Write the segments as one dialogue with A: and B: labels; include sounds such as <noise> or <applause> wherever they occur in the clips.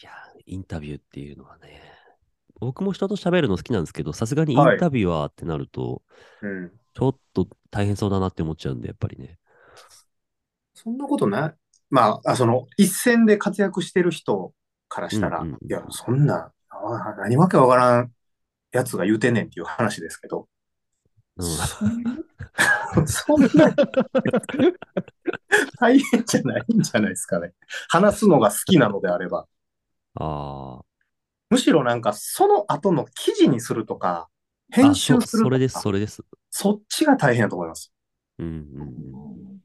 A: いや、インタビューっていうのはね、僕も人と喋るの好きなんですけど、さすがにインタビュアーってなると、
B: うん。
A: ちょっと大変そうだなって思っちゃうんで、やっぱりね。
B: そんなことない。まあ、あその、一線で活躍してる人からしたら、
A: うんうんうん
B: いや、そんな、あ何わけわからんやつが言うてんねんっていう話ですけど、
A: うん、
B: <laughs> そんな、そんな大変じゃないんじゃないですかね。話すのが好きなのであれば。
A: あ
B: むしろなんか、その後の記事にするとか、
A: ー
B: 編
A: あ、
B: 集
A: そ
B: する
A: それで
B: と
A: す、
B: か、
A: それです。
B: そっちが大変だと思います。
A: うんうんうん、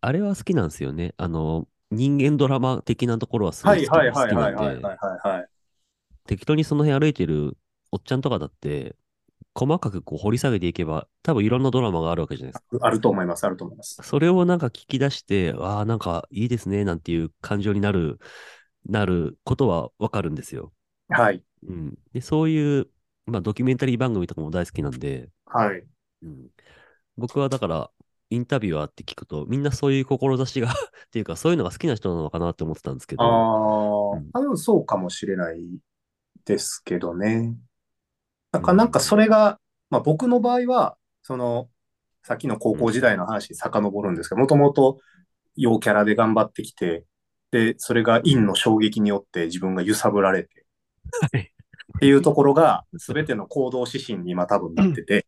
A: あれは好きなんですよね。あの、人間ドラマ的なところはすご
B: はいい
A: 好き
B: はい
A: 好
B: はい
A: き
B: は
A: ない
B: はい
A: んで、
B: はいはい。
A: 適当にその辺歩いてるおっちゃんとかだって、細かくこう掘り下げていけば、多分いろんなドラマがあるわけじゃないですか
B: あると思います、あると思います。
A: それをなんか聞き出して、ああ、なんかいいですね、なんていう感情になる、なることはわかるんですよ。
B: はい。
A: うん。で、そういう、まあ、ドキュメンタリー番組とかも大好きなんで、
B: はい。
A: うん、僕はだから、インタビュアーって聞くと、みんなそういう志が、 <laughs> っていうか、そういうのが好きな人なのかなって思ってたんですけ
B: あ
A: ど、
B: ー
A: うん
B: あ、でもそうかもしれないですけどね。なんか、
A: うん
B: なんかそれが、まあ僕の場合は、その、さっきの高校時代の話に遡るんですけど、もともと陽キャラで頑張ってきて、で、それが陰の衝撃によって自分が揺さぶられて、
A: はい
B: っていうところが、すべての行動指針に今多分なってて、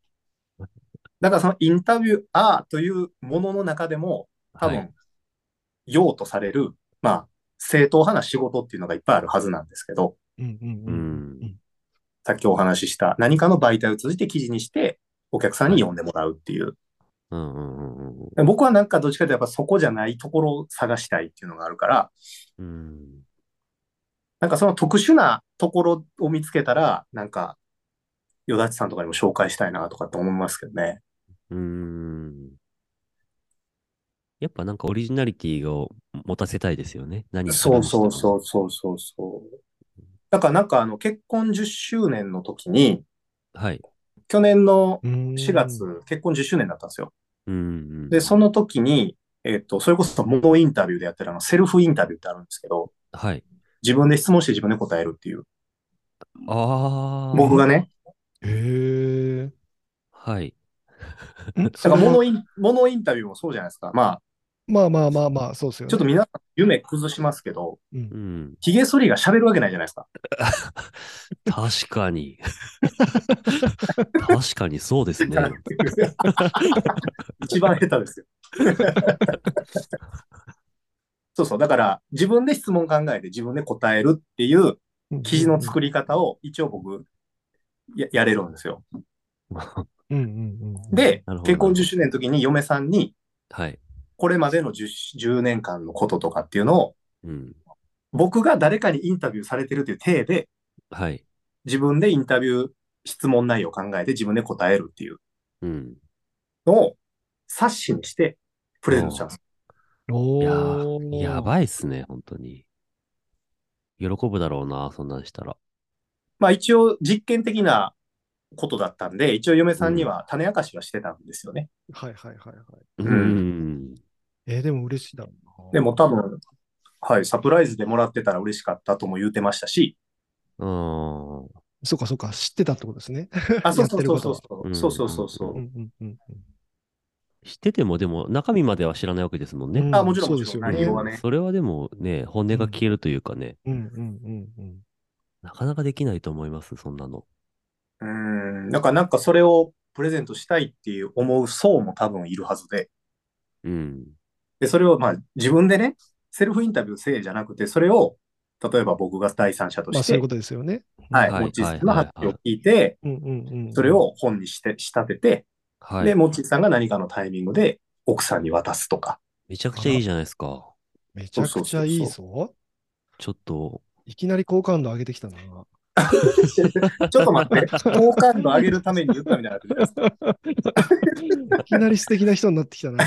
B: だからそのインタビュアーというものの中でも、多
A: はい
B: 分、用とされる、まあ、正当派な仕事っていうのがいっぱいあるはずなんですけど、
C: うんうん
A: う
C: うん。
A: ん。
B: さっきお話しした何かの媒体を通じて記事にして、お客さんに読んでもらうっていう。
A: うんうんうんうん
B: 僕はなんかどっちかというとやっぱそこじゃないところを探したいっていうのがあるから、
A: うん。
B: なんかその特殊なところを見つけたら、なんか、よだちさんとかにも紹介したいなとかって思いますけどね。
A: うーん。やっぱなんかオリジナリティを持たせたいですよね。何か
B: そうそう
A: う。
B: そうそうそうそう。だからなんかあの結婚10周年の時に、
A: はい。
B: 去年の
C: うん
B: 4月、結婚10周年だったんですよ。
A: うんうん。
B: で、その時に、えっと、それこそモノインタビューでやってるあの、セルフインタビューってあるんですけど、
A: はい。
B: 自分で質問して自分で答えるっていう。
A: ああ。
B: 僕がね、
C: へえ。
A: はい。
C: ん
B: だから
C: それ
B: モ
C: は
B: ノイン、モノインタビューもそうじゃないですか。まあ、
C: まあまあまあまあ、そうですよね。
B: ちょっと皆さん夢崩しますけど、
A: うん。
B: 髭剃りが喋るわけないじゃないですか。
A: 確かに。確かにそうですね。
B: <laughs> 一番下手ですよ。 <laughs> そうそう。だから、自分で質問考えて自分で答えるっていう記事の作り方を一応僕、ややれるんですよ。
C: うんうんうん。、
B: で
A: なるほど、
B: 結婚10周年の時に嫁さんに、
A: はい。
B: これまでの 10, 10年間のこととかっていうのを、
A: うん。
B: 僕が誰かにインタビューされてるという体で、
A: はい。
B: 自分でインタビュー質問内容を考えて自分で答えるっていう
A: うん。
B: のを冊子にしてプレゼントしたんです。
C: お
A: いや
C: ー
A: ー、やばいっすね、本当に。喜ぶだろうな、そんなんしたら。
B: まあ一応実験的なことだったんで、一応嫁さんには種明かしはしてたんですよね。
C: はいはいはいはい。
A: うんん。
C: えー、でも嬉しいだろうな。
B: でも多分、はい、サプライズでもらってたら嬉しかったとも言うてましたし、
A: うん。
C: そうかそうか、知ってたってことですね。
B: あ、そうそうそう
C: やってること
B: そ
C: は
B: うそうう、
A: ん
B: そうそうそうそうう。
C: んうんうん
A: してても、でも中身までは知らないわけですもんね。
C: うん
B: あ、もちろん、
C: そ
B: も
C: うで
B: ち
C: す
B: ろん、
C: よね
B: 内容はね。
A: それはでもね、本音が消えるというかね、
C: うん。うんうんうんうん。
A: なかなかできないと思います、そんなの。
B: うん、なんか、なんかそれをプレゼントしたいっていう思う層も多分いるはずで、
A: うん。
B: で、それをまあ自分でね、セルフインタビューせいじゃなくて、それを、例えば僕が第三者と
C: まあ
B: し
C: そういう
B: て
C: こ、とですよね。
B: はい、
A: はい
B: モッチーさん
A: は
B: の
A: いはい
B: 発表を聞いて、
C: うんうんうん。
B: それ。を本にして、仕立てて、
A: はい。
B: で、モッチーさんが何かのタイミングで奥さんに渡すとか。
A: めちゃくちゃいいじゃないですか。
C: めちゃくちゃいい
B: そ
C: ぞ。
A: ちょっ
B: <laughs>
A: と、
C: いきなり好感度上げてきたな。
B: ちょっと待って、好感度上げるために言ったみたいな感じです。
C: いきなり素敵な人になってきたな。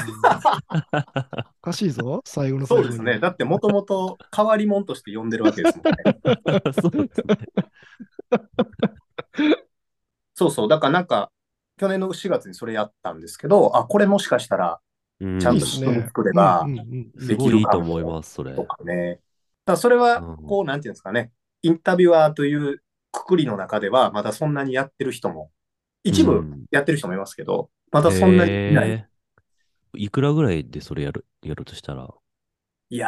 C: おかしいぞ、最後の最
B: そ
C: 後
B: うで
C: に
B: すね。だってもともと変わり者として呼んでるわけですもんね。
A: そうですね。
B: そうそう。だからなんか、去年の4月にそれやったんですけど、あ、これもしかしたら
A: うん
B: ちゃん
C: いい
B: と
C: っす
B: 仕
C: ね
B: 組み作れば
C: うんうんうん
A: すごいいいと思います、それ。
B: とかね。だからそれは
A: うん、
B: こう、なんていうんですかね、インタビュアーというくくりの中では、まだそんなにやってる人も、一
A: う
B: 部
A: ん
B: やってる人もいますけど、まだそんなにいない。
A: へーいくらぐらいでそれやる、やるとしたら。
B: いや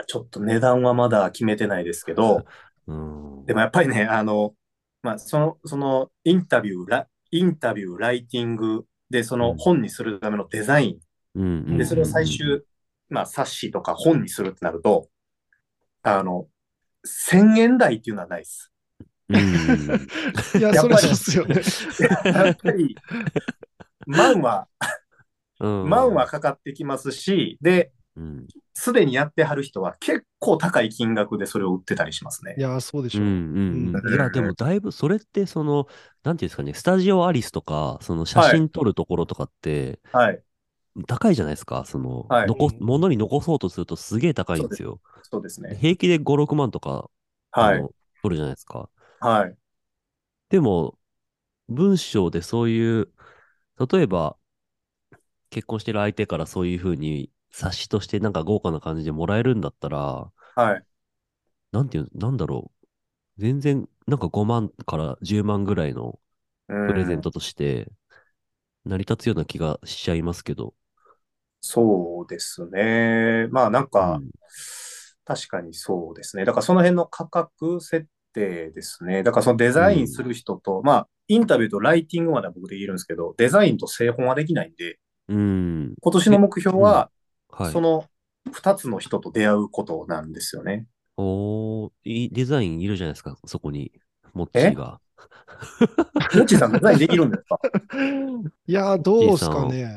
B: ー、ちょっと値段はまだ決めてないですけど、
A: <laughs> うん。
B: でもやっぱりね、あの、まあ、その、その、インタビュー、ラ、インタビュー、ライティング、で、その本にするためのデザイ
A: うん、うん
B: ン、で、それを最終、まあ、冊子とか本にするってなると、あの、1000円台っていうのはないです。
A: うん
B: <laughs>
A: うん
C: いや、
B: や
C: そ
B: っ
C: れ
B: ぱり
C: そうっすよね。
B: やっぱり、万は、
A: うん。
B: 万はかかってきますし、で、
A: うん、
B: すでにやってはる人は結構高い金額でそれを売ってたりしますね
C: い。や、そうでし
A: う
C: ょう。
A: んうん
B: う
A: うんん。いや、でもだいぶ、それって、その、なんていうんですかね、スタジオアリスとか、その写真撮るところとかって、
B: はい。
A: 高いじゃないですか、その、
B: はい
A: 残す、物に残そうとするとすげえ高いんですよ。
B: そうですね。
A: 平気で5、6万とか、
B: は
A: あ
B: い。
A: の取るじゃないですか。
B: はい。
A: でも、文章でそういう、例えば、結婚してる相手からそういうふうに、冊子としてなんか豪華な感じでもらえるんだったら、
B: はい。
A: なんていう、なんだろう。全然、なんか5万から10万ぐらいの
B: うん
A: プレゼントとして、成り立つような気がしちゃいますけど。
B: そうですね。まあなんか、
A: うん
B: 確かにそうですね。だからその辺の価格設定ですね。だからそのデザインする人と、まあインタビューとライティングまでは僕できるんですけど、デザインと製本はできないんで、
A: うん。
B: 今年の目標は、
A: はい。
B: その2つの人と出会うことなんですよね。
A: おーいいデザインいるじゃないですか、そこに。モッチーが。
B: モッチーさんデザインできるんです
C: <laughs>
B: か
C: いや、どうっすかね。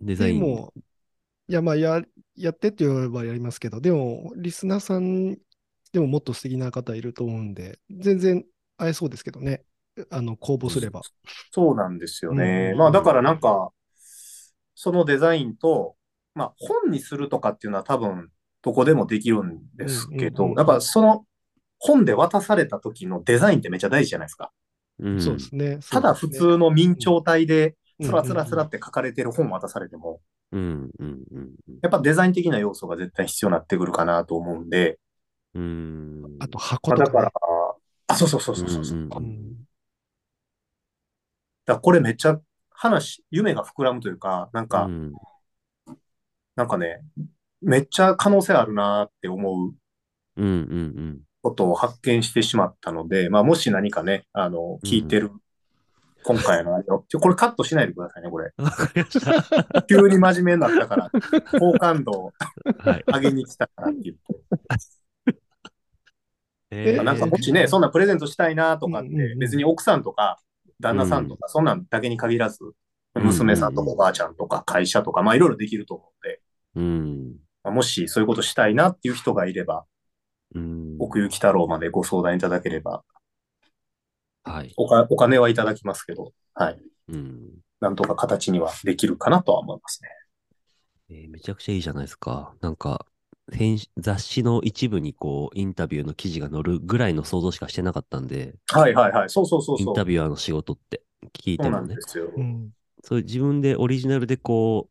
A: デザ
C: で
A: イン。
C: も、いや、まあ、や、やってって言えばやりますけど、でも、リスナーさんでももっと素敵な方いると思うんで、全然会えそうですけどね。あの、公募すれば。
B: そうなんですよね。
C: うん
B: まあだからなんか、そのデザインと、まあ本にするとかっていうのは多分どこでもできるんですけ
C: うんう
B: ど
C: んう、ん
B: やっぱその本で渡された時のデザインってめっちゃ大事じゃないですか。
A: うん
C: そうですね。
B: ただ普通の明朝体で、つらつらつら
C: っ
B: って書かれてる本渡されても、
A: うんうんうんうん
B: やっぱデザイン的な要素が絶対必要になってくるかなと思うんで、
A: うん。
C: あと、
B: ま
C: 箱
B: あ
C: と
B: だか
C: かね
B: ら。、あ、そうそうそうそうそうう。
A: んうん
B: だ
A: う
B: か
A: ん
C: うん
B: らこれめっちゃ話、夢が膨らむというか、なんか
A: う、ん
B: なんかね、めっちゃ可能性あるなって思う
A: うんうん
B: ことを発見してしまったので、まあ、もし何かね、あの、聞いてる、今回のあれを、ちょこれカットしないでくださいね、これ。
A: うん。わかりました。
B: 急に真面目になったから、
C: <laughs>
B: 好感度を
A: はい。
B: 上げに来たからって言って。
A: え
B: まあなんかもしね、そんなプレゼントしたいなとかって
C: うんうんう、ん
B: 別に奥さんとか、旦那さんとか、そんなんだけに限らず、
A: うん
B: 娘さんとかおばあちゃんとか会社とか、まあいろいろできると思うんで、
A: うん。
B: まあもしそういうことしたいなっていう人がいれば、
A: うん。
B: 奥行き太郎までご相談いただければ、
A: はい。
B: おかお金はいただきますけど、はい。
A: うん。
B: なんとか形にはできるかなとは思いますね。
A: えーめちゃくちゃいいじゃないですか。なんか、編集雑誌の一部にこう、インタビューの記事が載るぐらいの想像しかしてなかったんで、
B: はいはいはい。そうそうそう
A: イ
B: そ
A: ン
B: う。
A: タビュアーの仕事って聞い
B: そ
A: て
B: うな
A: も
B: んで
A: ね。
B: すよ。
C: うん
A: そういう自分でオリジナルでこ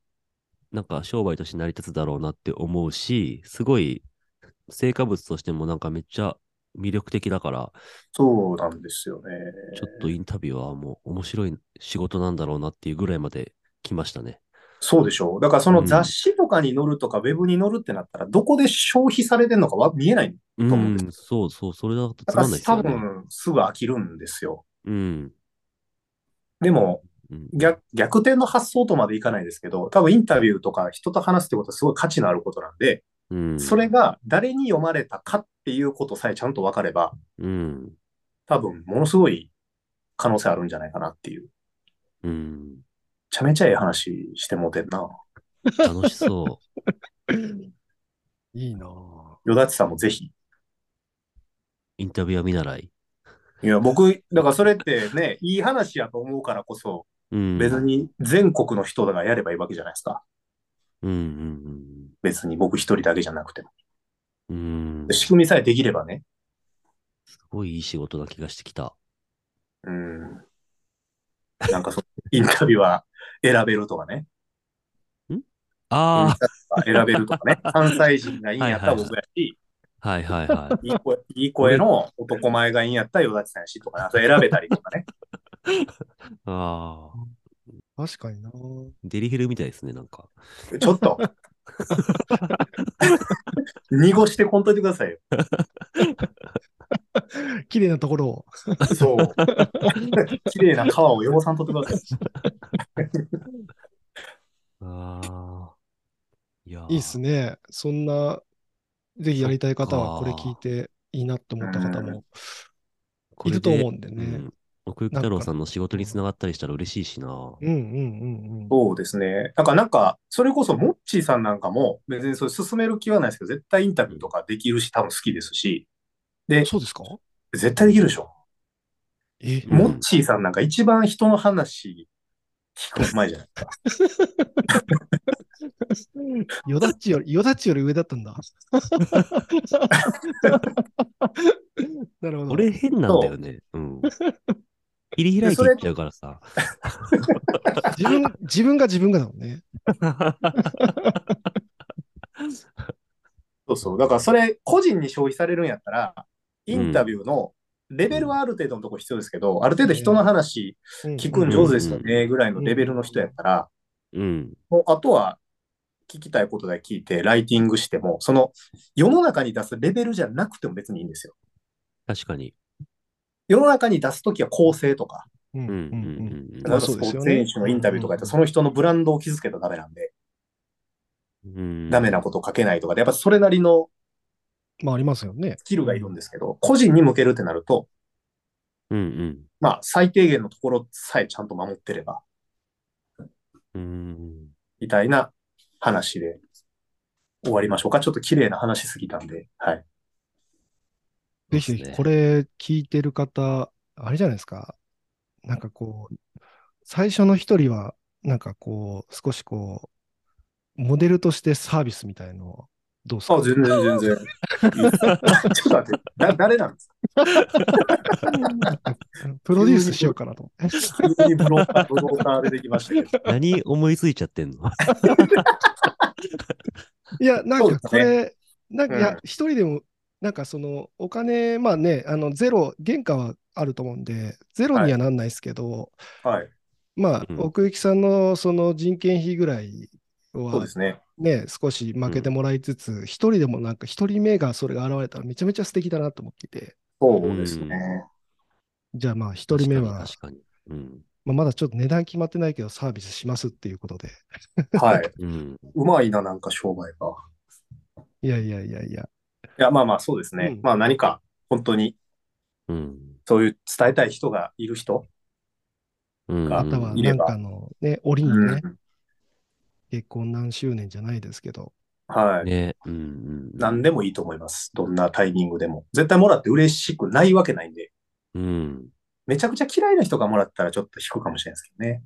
A: う、なんか商売として成り立つだろうなって思うし、すごい成果物としてもなんかめっちゃ魅力的だから、
B: そうなんですよね。
A: ちょっとインタビューはもう面白い仕事なんだろうなっていうぐらいまで来ましたね。
B: そうでしょう。だからその雑誌とかに載るとか、ウェブに載るってなったら、どこで消費されてるのかは見えない。
A: う
B: 思うんんで、
A: そうそう、それだと
B: だ
A: つ
B: か
A: ま
B: ら
A: んないです
B: 多
A: よね。
B: 分すぐ飽きるんですよ。
A: うん。
B: でも
A: うん
B: 逆、逆転の発想とまでいかないですけど、多分インタビューとか人と話すってことはすごい価値のあることなんで、
A: うん。
B: それが誰に読まれたかっていうことさえちゃんと分かれば、
A: うん。
B: 多分ものすごい可能性あるんじゃないかなっていう。め
A: うん。
B: ちゃめちゃいい話してもうてんな。
A: 楽しそ
C: いいなぁ。
B: よだちさんもぜひ。
A: う。インタビューは見習い。
B: いや、僕、だからそれってね、いい話やと思うからこそ、
A: うん。
B: 別。に全国の人がやればいいわけじゃないですか。
A: うんうん
B: 別に僕一人だけじゃなくても。
A: うん。うん。
B: で仕
A: す
B: 組みさえできればね。
A: ごいいい仕事な気がしてきた。
B: うん。なんかその、インタビューは選べるとかね。
A: ああ。 <laughs>
B: 選べるとかね。関西人がいいんやったら
A: はいはいはいは
B: 僕やし、
A: いはいはい
B: い声、いい声の男前がいいんやったら、よだちさんやしとかね、あと選べたりとかね。
A: い。ああ、
C: 確かにな。
A: デリヘルみたいですね、なんか。
B: ちょっと。濁してこんといてくださいよ。
C: 綺麗なところを。
B: そう。綺麗な川を汚さんとってください。
A: ああ。いやー
C: いいっすね。そんな、ぜひやりたい方は
A: そ
C: これ
A: っか
C: 聞いていいなと思った方も
A: こ
C: い
A: れ
C: る
A: で
C: と思うんでね。
A: ん奥行き太郎さんの仕事につながったりしたら嬉しいしな。
C: うんうんうんうん。
B: そうですね。なんか、なんか、それこそ、モッチーさんなんかも、別にそれ進める気はないですけど、絶対インタビューとかできるし、多分好きですし、で、
C: そうですか
B: 絶対できるでしょ。
C: え
A: うん
B: モッチーさんなんか一番人の話聞く前じゃない。
C: よだっちより、よだっちより上だったんだ。なるほど。
A: 俺変なんだよね。うん。切り開いていっちゃうからさ。
C: 自分、自分が自分がだもんね。
B: そうそう。だからそれ、個人に消費されるんやったら、インタビューのレベルはある程度のとこ必要ですけど、ある程度人の話聞くん上手ですよね、ぐらいのレベルの人やったら、
A: <laughs> うん。
B: もうあとは聞きたいことだけ聞いて、ライティングしても、その世の中に出すレベルじゃなくても別にいいんですよ。
A: 確かに。
B: 世の中に出すときは構成とか、
C: うんうん
A: う
C: うんん
A: う
C: うん
A: ん
C: まあ
B: スポ
C: そうです
B: ー
C: よ
B: ツ
C: ね
B: 選手のインタビューとかやったら、その人のブランドを傷つけたらダメなんで、
A: うんうん。
B: ダメなこと書けないとかで、やっぱそれなりの
C: まあありますよね
B: ス。キルがいるんですけど、個人に向けるってなると、
A: うん
B: まあ最低限のところさえちゃんと守ってれば、
A: うん。うん。
B: みたいな話で終わりましょうか。ちょっと綺麗な話すぎたんで、はい。
C: ぜひぜ
A: そうです
C: ひ、
A: ね
C: これ聞いてる方、あれじゃないですか。なんかこう、最初の一人は、なんかこう、少しこう、モデルとしてサービスみたいの、どうですか
B: あ、全然全然。 <laughs> ちょっと待って、だ誰なんですか
C: <laughs> プロデュースしようかなと思って。
B: 急にブローカー、ブローカー出てきましたけど。
A: 何思いついちゃってんの
C: いや、なんかこ
B: そう
C: れ、なんか、い
B: うん
C: や、一人でも、なんかその、お金、まあね、あの、ゼロ、原価はあると思うんで、ゼロにはなんないですけど、
B: <laughs> はい。
C: まあ
A: う、ん
C: 奥行さんのその人件費ぐらい
B: そう
C: は
B: ですね。
C: ね、少し負けてもらいつつ、一人でもなんか、一人目がそれが現れたらめちゃめちゃ素敵だなと思っていて、
B: そうですね。
C: じゃあまあ、一人目は、
A: 確かに。確かに
C: まあ、まだちょっと値段決まってないけど、サービスしますっていうことで、
B: はい。
A: うん。うん。
B: うまいな、なんか商売が。
C: いやいやいやいや、
B: いや、まあまあ、そうですね。
C: うん
B: まあ何か、本当に、
A: うん。
B: そういう伝えたい人がいる人、
A: うん。
B: あ
C: あとはいな
B: れ
C: ん
B: ば
C: かあの、ね、折に
B: う
C: ね
B: ん、
C: 結婚何周年じゃないですけど、
B: はい。
A: ね。うんうん。
B: 何でもいいと思います。どんなタイミングでも。絶対もらって嬉しくないわけないんで、
A: うん。
B: めちゃくちゃ嫌いな人がもらったらちょっと引くかもしれないですけどね。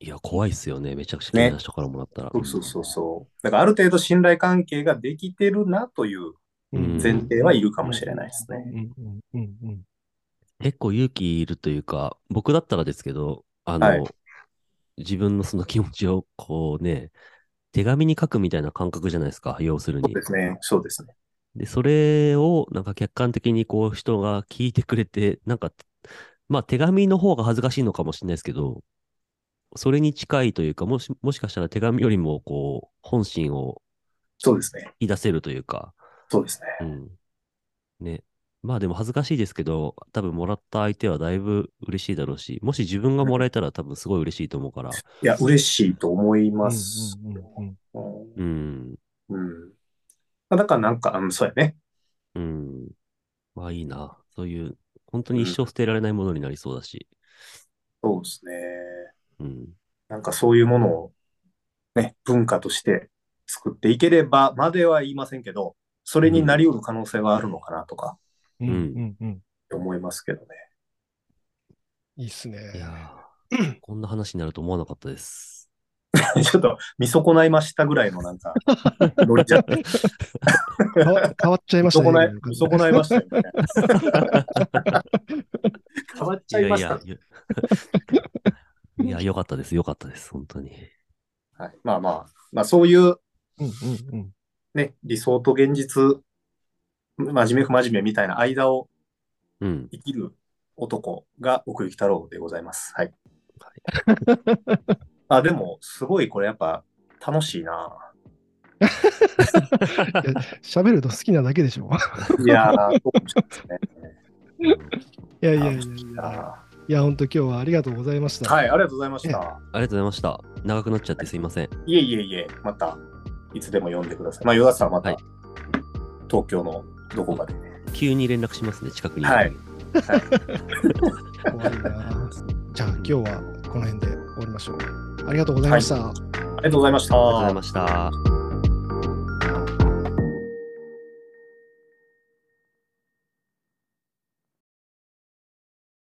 A: いや、怖いっすよね。めちゃくちゃ嫌いな人からもらったら。
B: そうそうそうそう。だからある程度信頼関係ができてるなという
A: うん
B: 前提はいるかもしれないです
C: う
B: ね。
C: んうんうんうん。
A: 結構勇気いるというか、僕だったらですけど、あの、
B: はい
A: 自分のその気持ちをこうね、手紙に書くみたいな感覚じゃないですか、要する
B: そう
A: に
B: で。すね。そうですね。
A: で、それをなんか客観的にこう人が聞いてくれて、なんか、まあ手紙の方が恥ずかしいのかもしれないですけど、それに近いというか、もし、もしかしたら手紙よりもこう、本心を
B: そうですね。
A: 言い出せるというか、
B: そうですね。
A: うん。ね。まあでも恥ずかしいですけど、多分もらった相手はだいぶ嬉しいだろうし、もし自分がもらえたら多分すごい嬉しいと思うから、
B: いや、嬉しいと思います。
C: うんうんうんう
B: う
C: ん
B: ん
A: うん。
B: うん。だからなんか、うん、そうやね。
A: うん。まあいいな。そういう、本当に一生捨てられないものになりそうだし、
B: そうですね。
A: うん。
B: なんかそういうものを、ね、文化として作っていければまでは言いませんけど、それになり得る可能性はあるのかなとか
C: うんうんうん。
B: 思いますけ <laughs> どね。
C: いいっすね
A: い。やーこんな話になると思わなかったです。
B: ちょっと見損ないましたぐらいのなんか、ノリじゃって、
C: 変わ変わっちゃいま
B: 見
C: し
B: 損
C: たね。
B: ない
C: 今、
B: 見損ないましたよね。変わっちゃいました。
A: いや <laughs> いや、いや、よかったです。よかったです。本当に。
B: はい、まあまあ、まあそういう
C: うんうんうん。
B: ね、理想と現実真面目不真面目みたいな間を
A: うん。
B: 生きる男が奥行き太郎でございます。はい。あ、でも、すごいこれやっぱ楽しいな。
C: 喋ると好きなだけでしょ。
B: いやー、そうかもしれないですね。
C: いやいやいやいや。
B: あ
C: いや、本当今日はありがとうございまし
B: ー
C: た。
B: はい、ありがとうございました。
A: ありがとうございました。長くなっちゃってすいません。
B: いえいえいえ、また、いつでも読んでください。まあ、ヨダさんはまた、
A: はい
B: 東京のどこかで。
A: 急に連絡しますね、近くに。
B: はい。
C: 怖い
A: <laughs>
C: な。じゃあ今日はこの辺で終わりましょう。ありがとうございました。
B: ありがとうございました。
A: ありがとうございました。